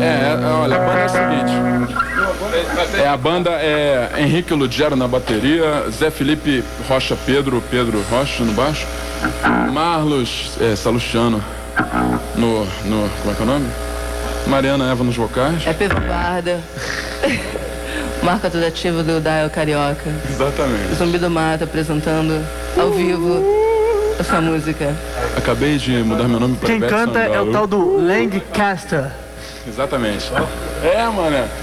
É, é, olha, a banda é o seguinte. É, a banda é Henrique Ludgero na bateria, Zé Felipe Rocha Pedro, Pedro Rocha no baixo, Marlos é, Salustiano no, no. Como é que é o nome? Mariana Eva nos vocais. É Pedro Barda. Marca toda ativa do Dial Carioca. Exatamente. Zumbi do Mato apresentando ao vivo essa música. Acabei de mudar meu nome pra Quem Beth canta é Sangal. o tal do Lancaster. Exatamente. É, mano.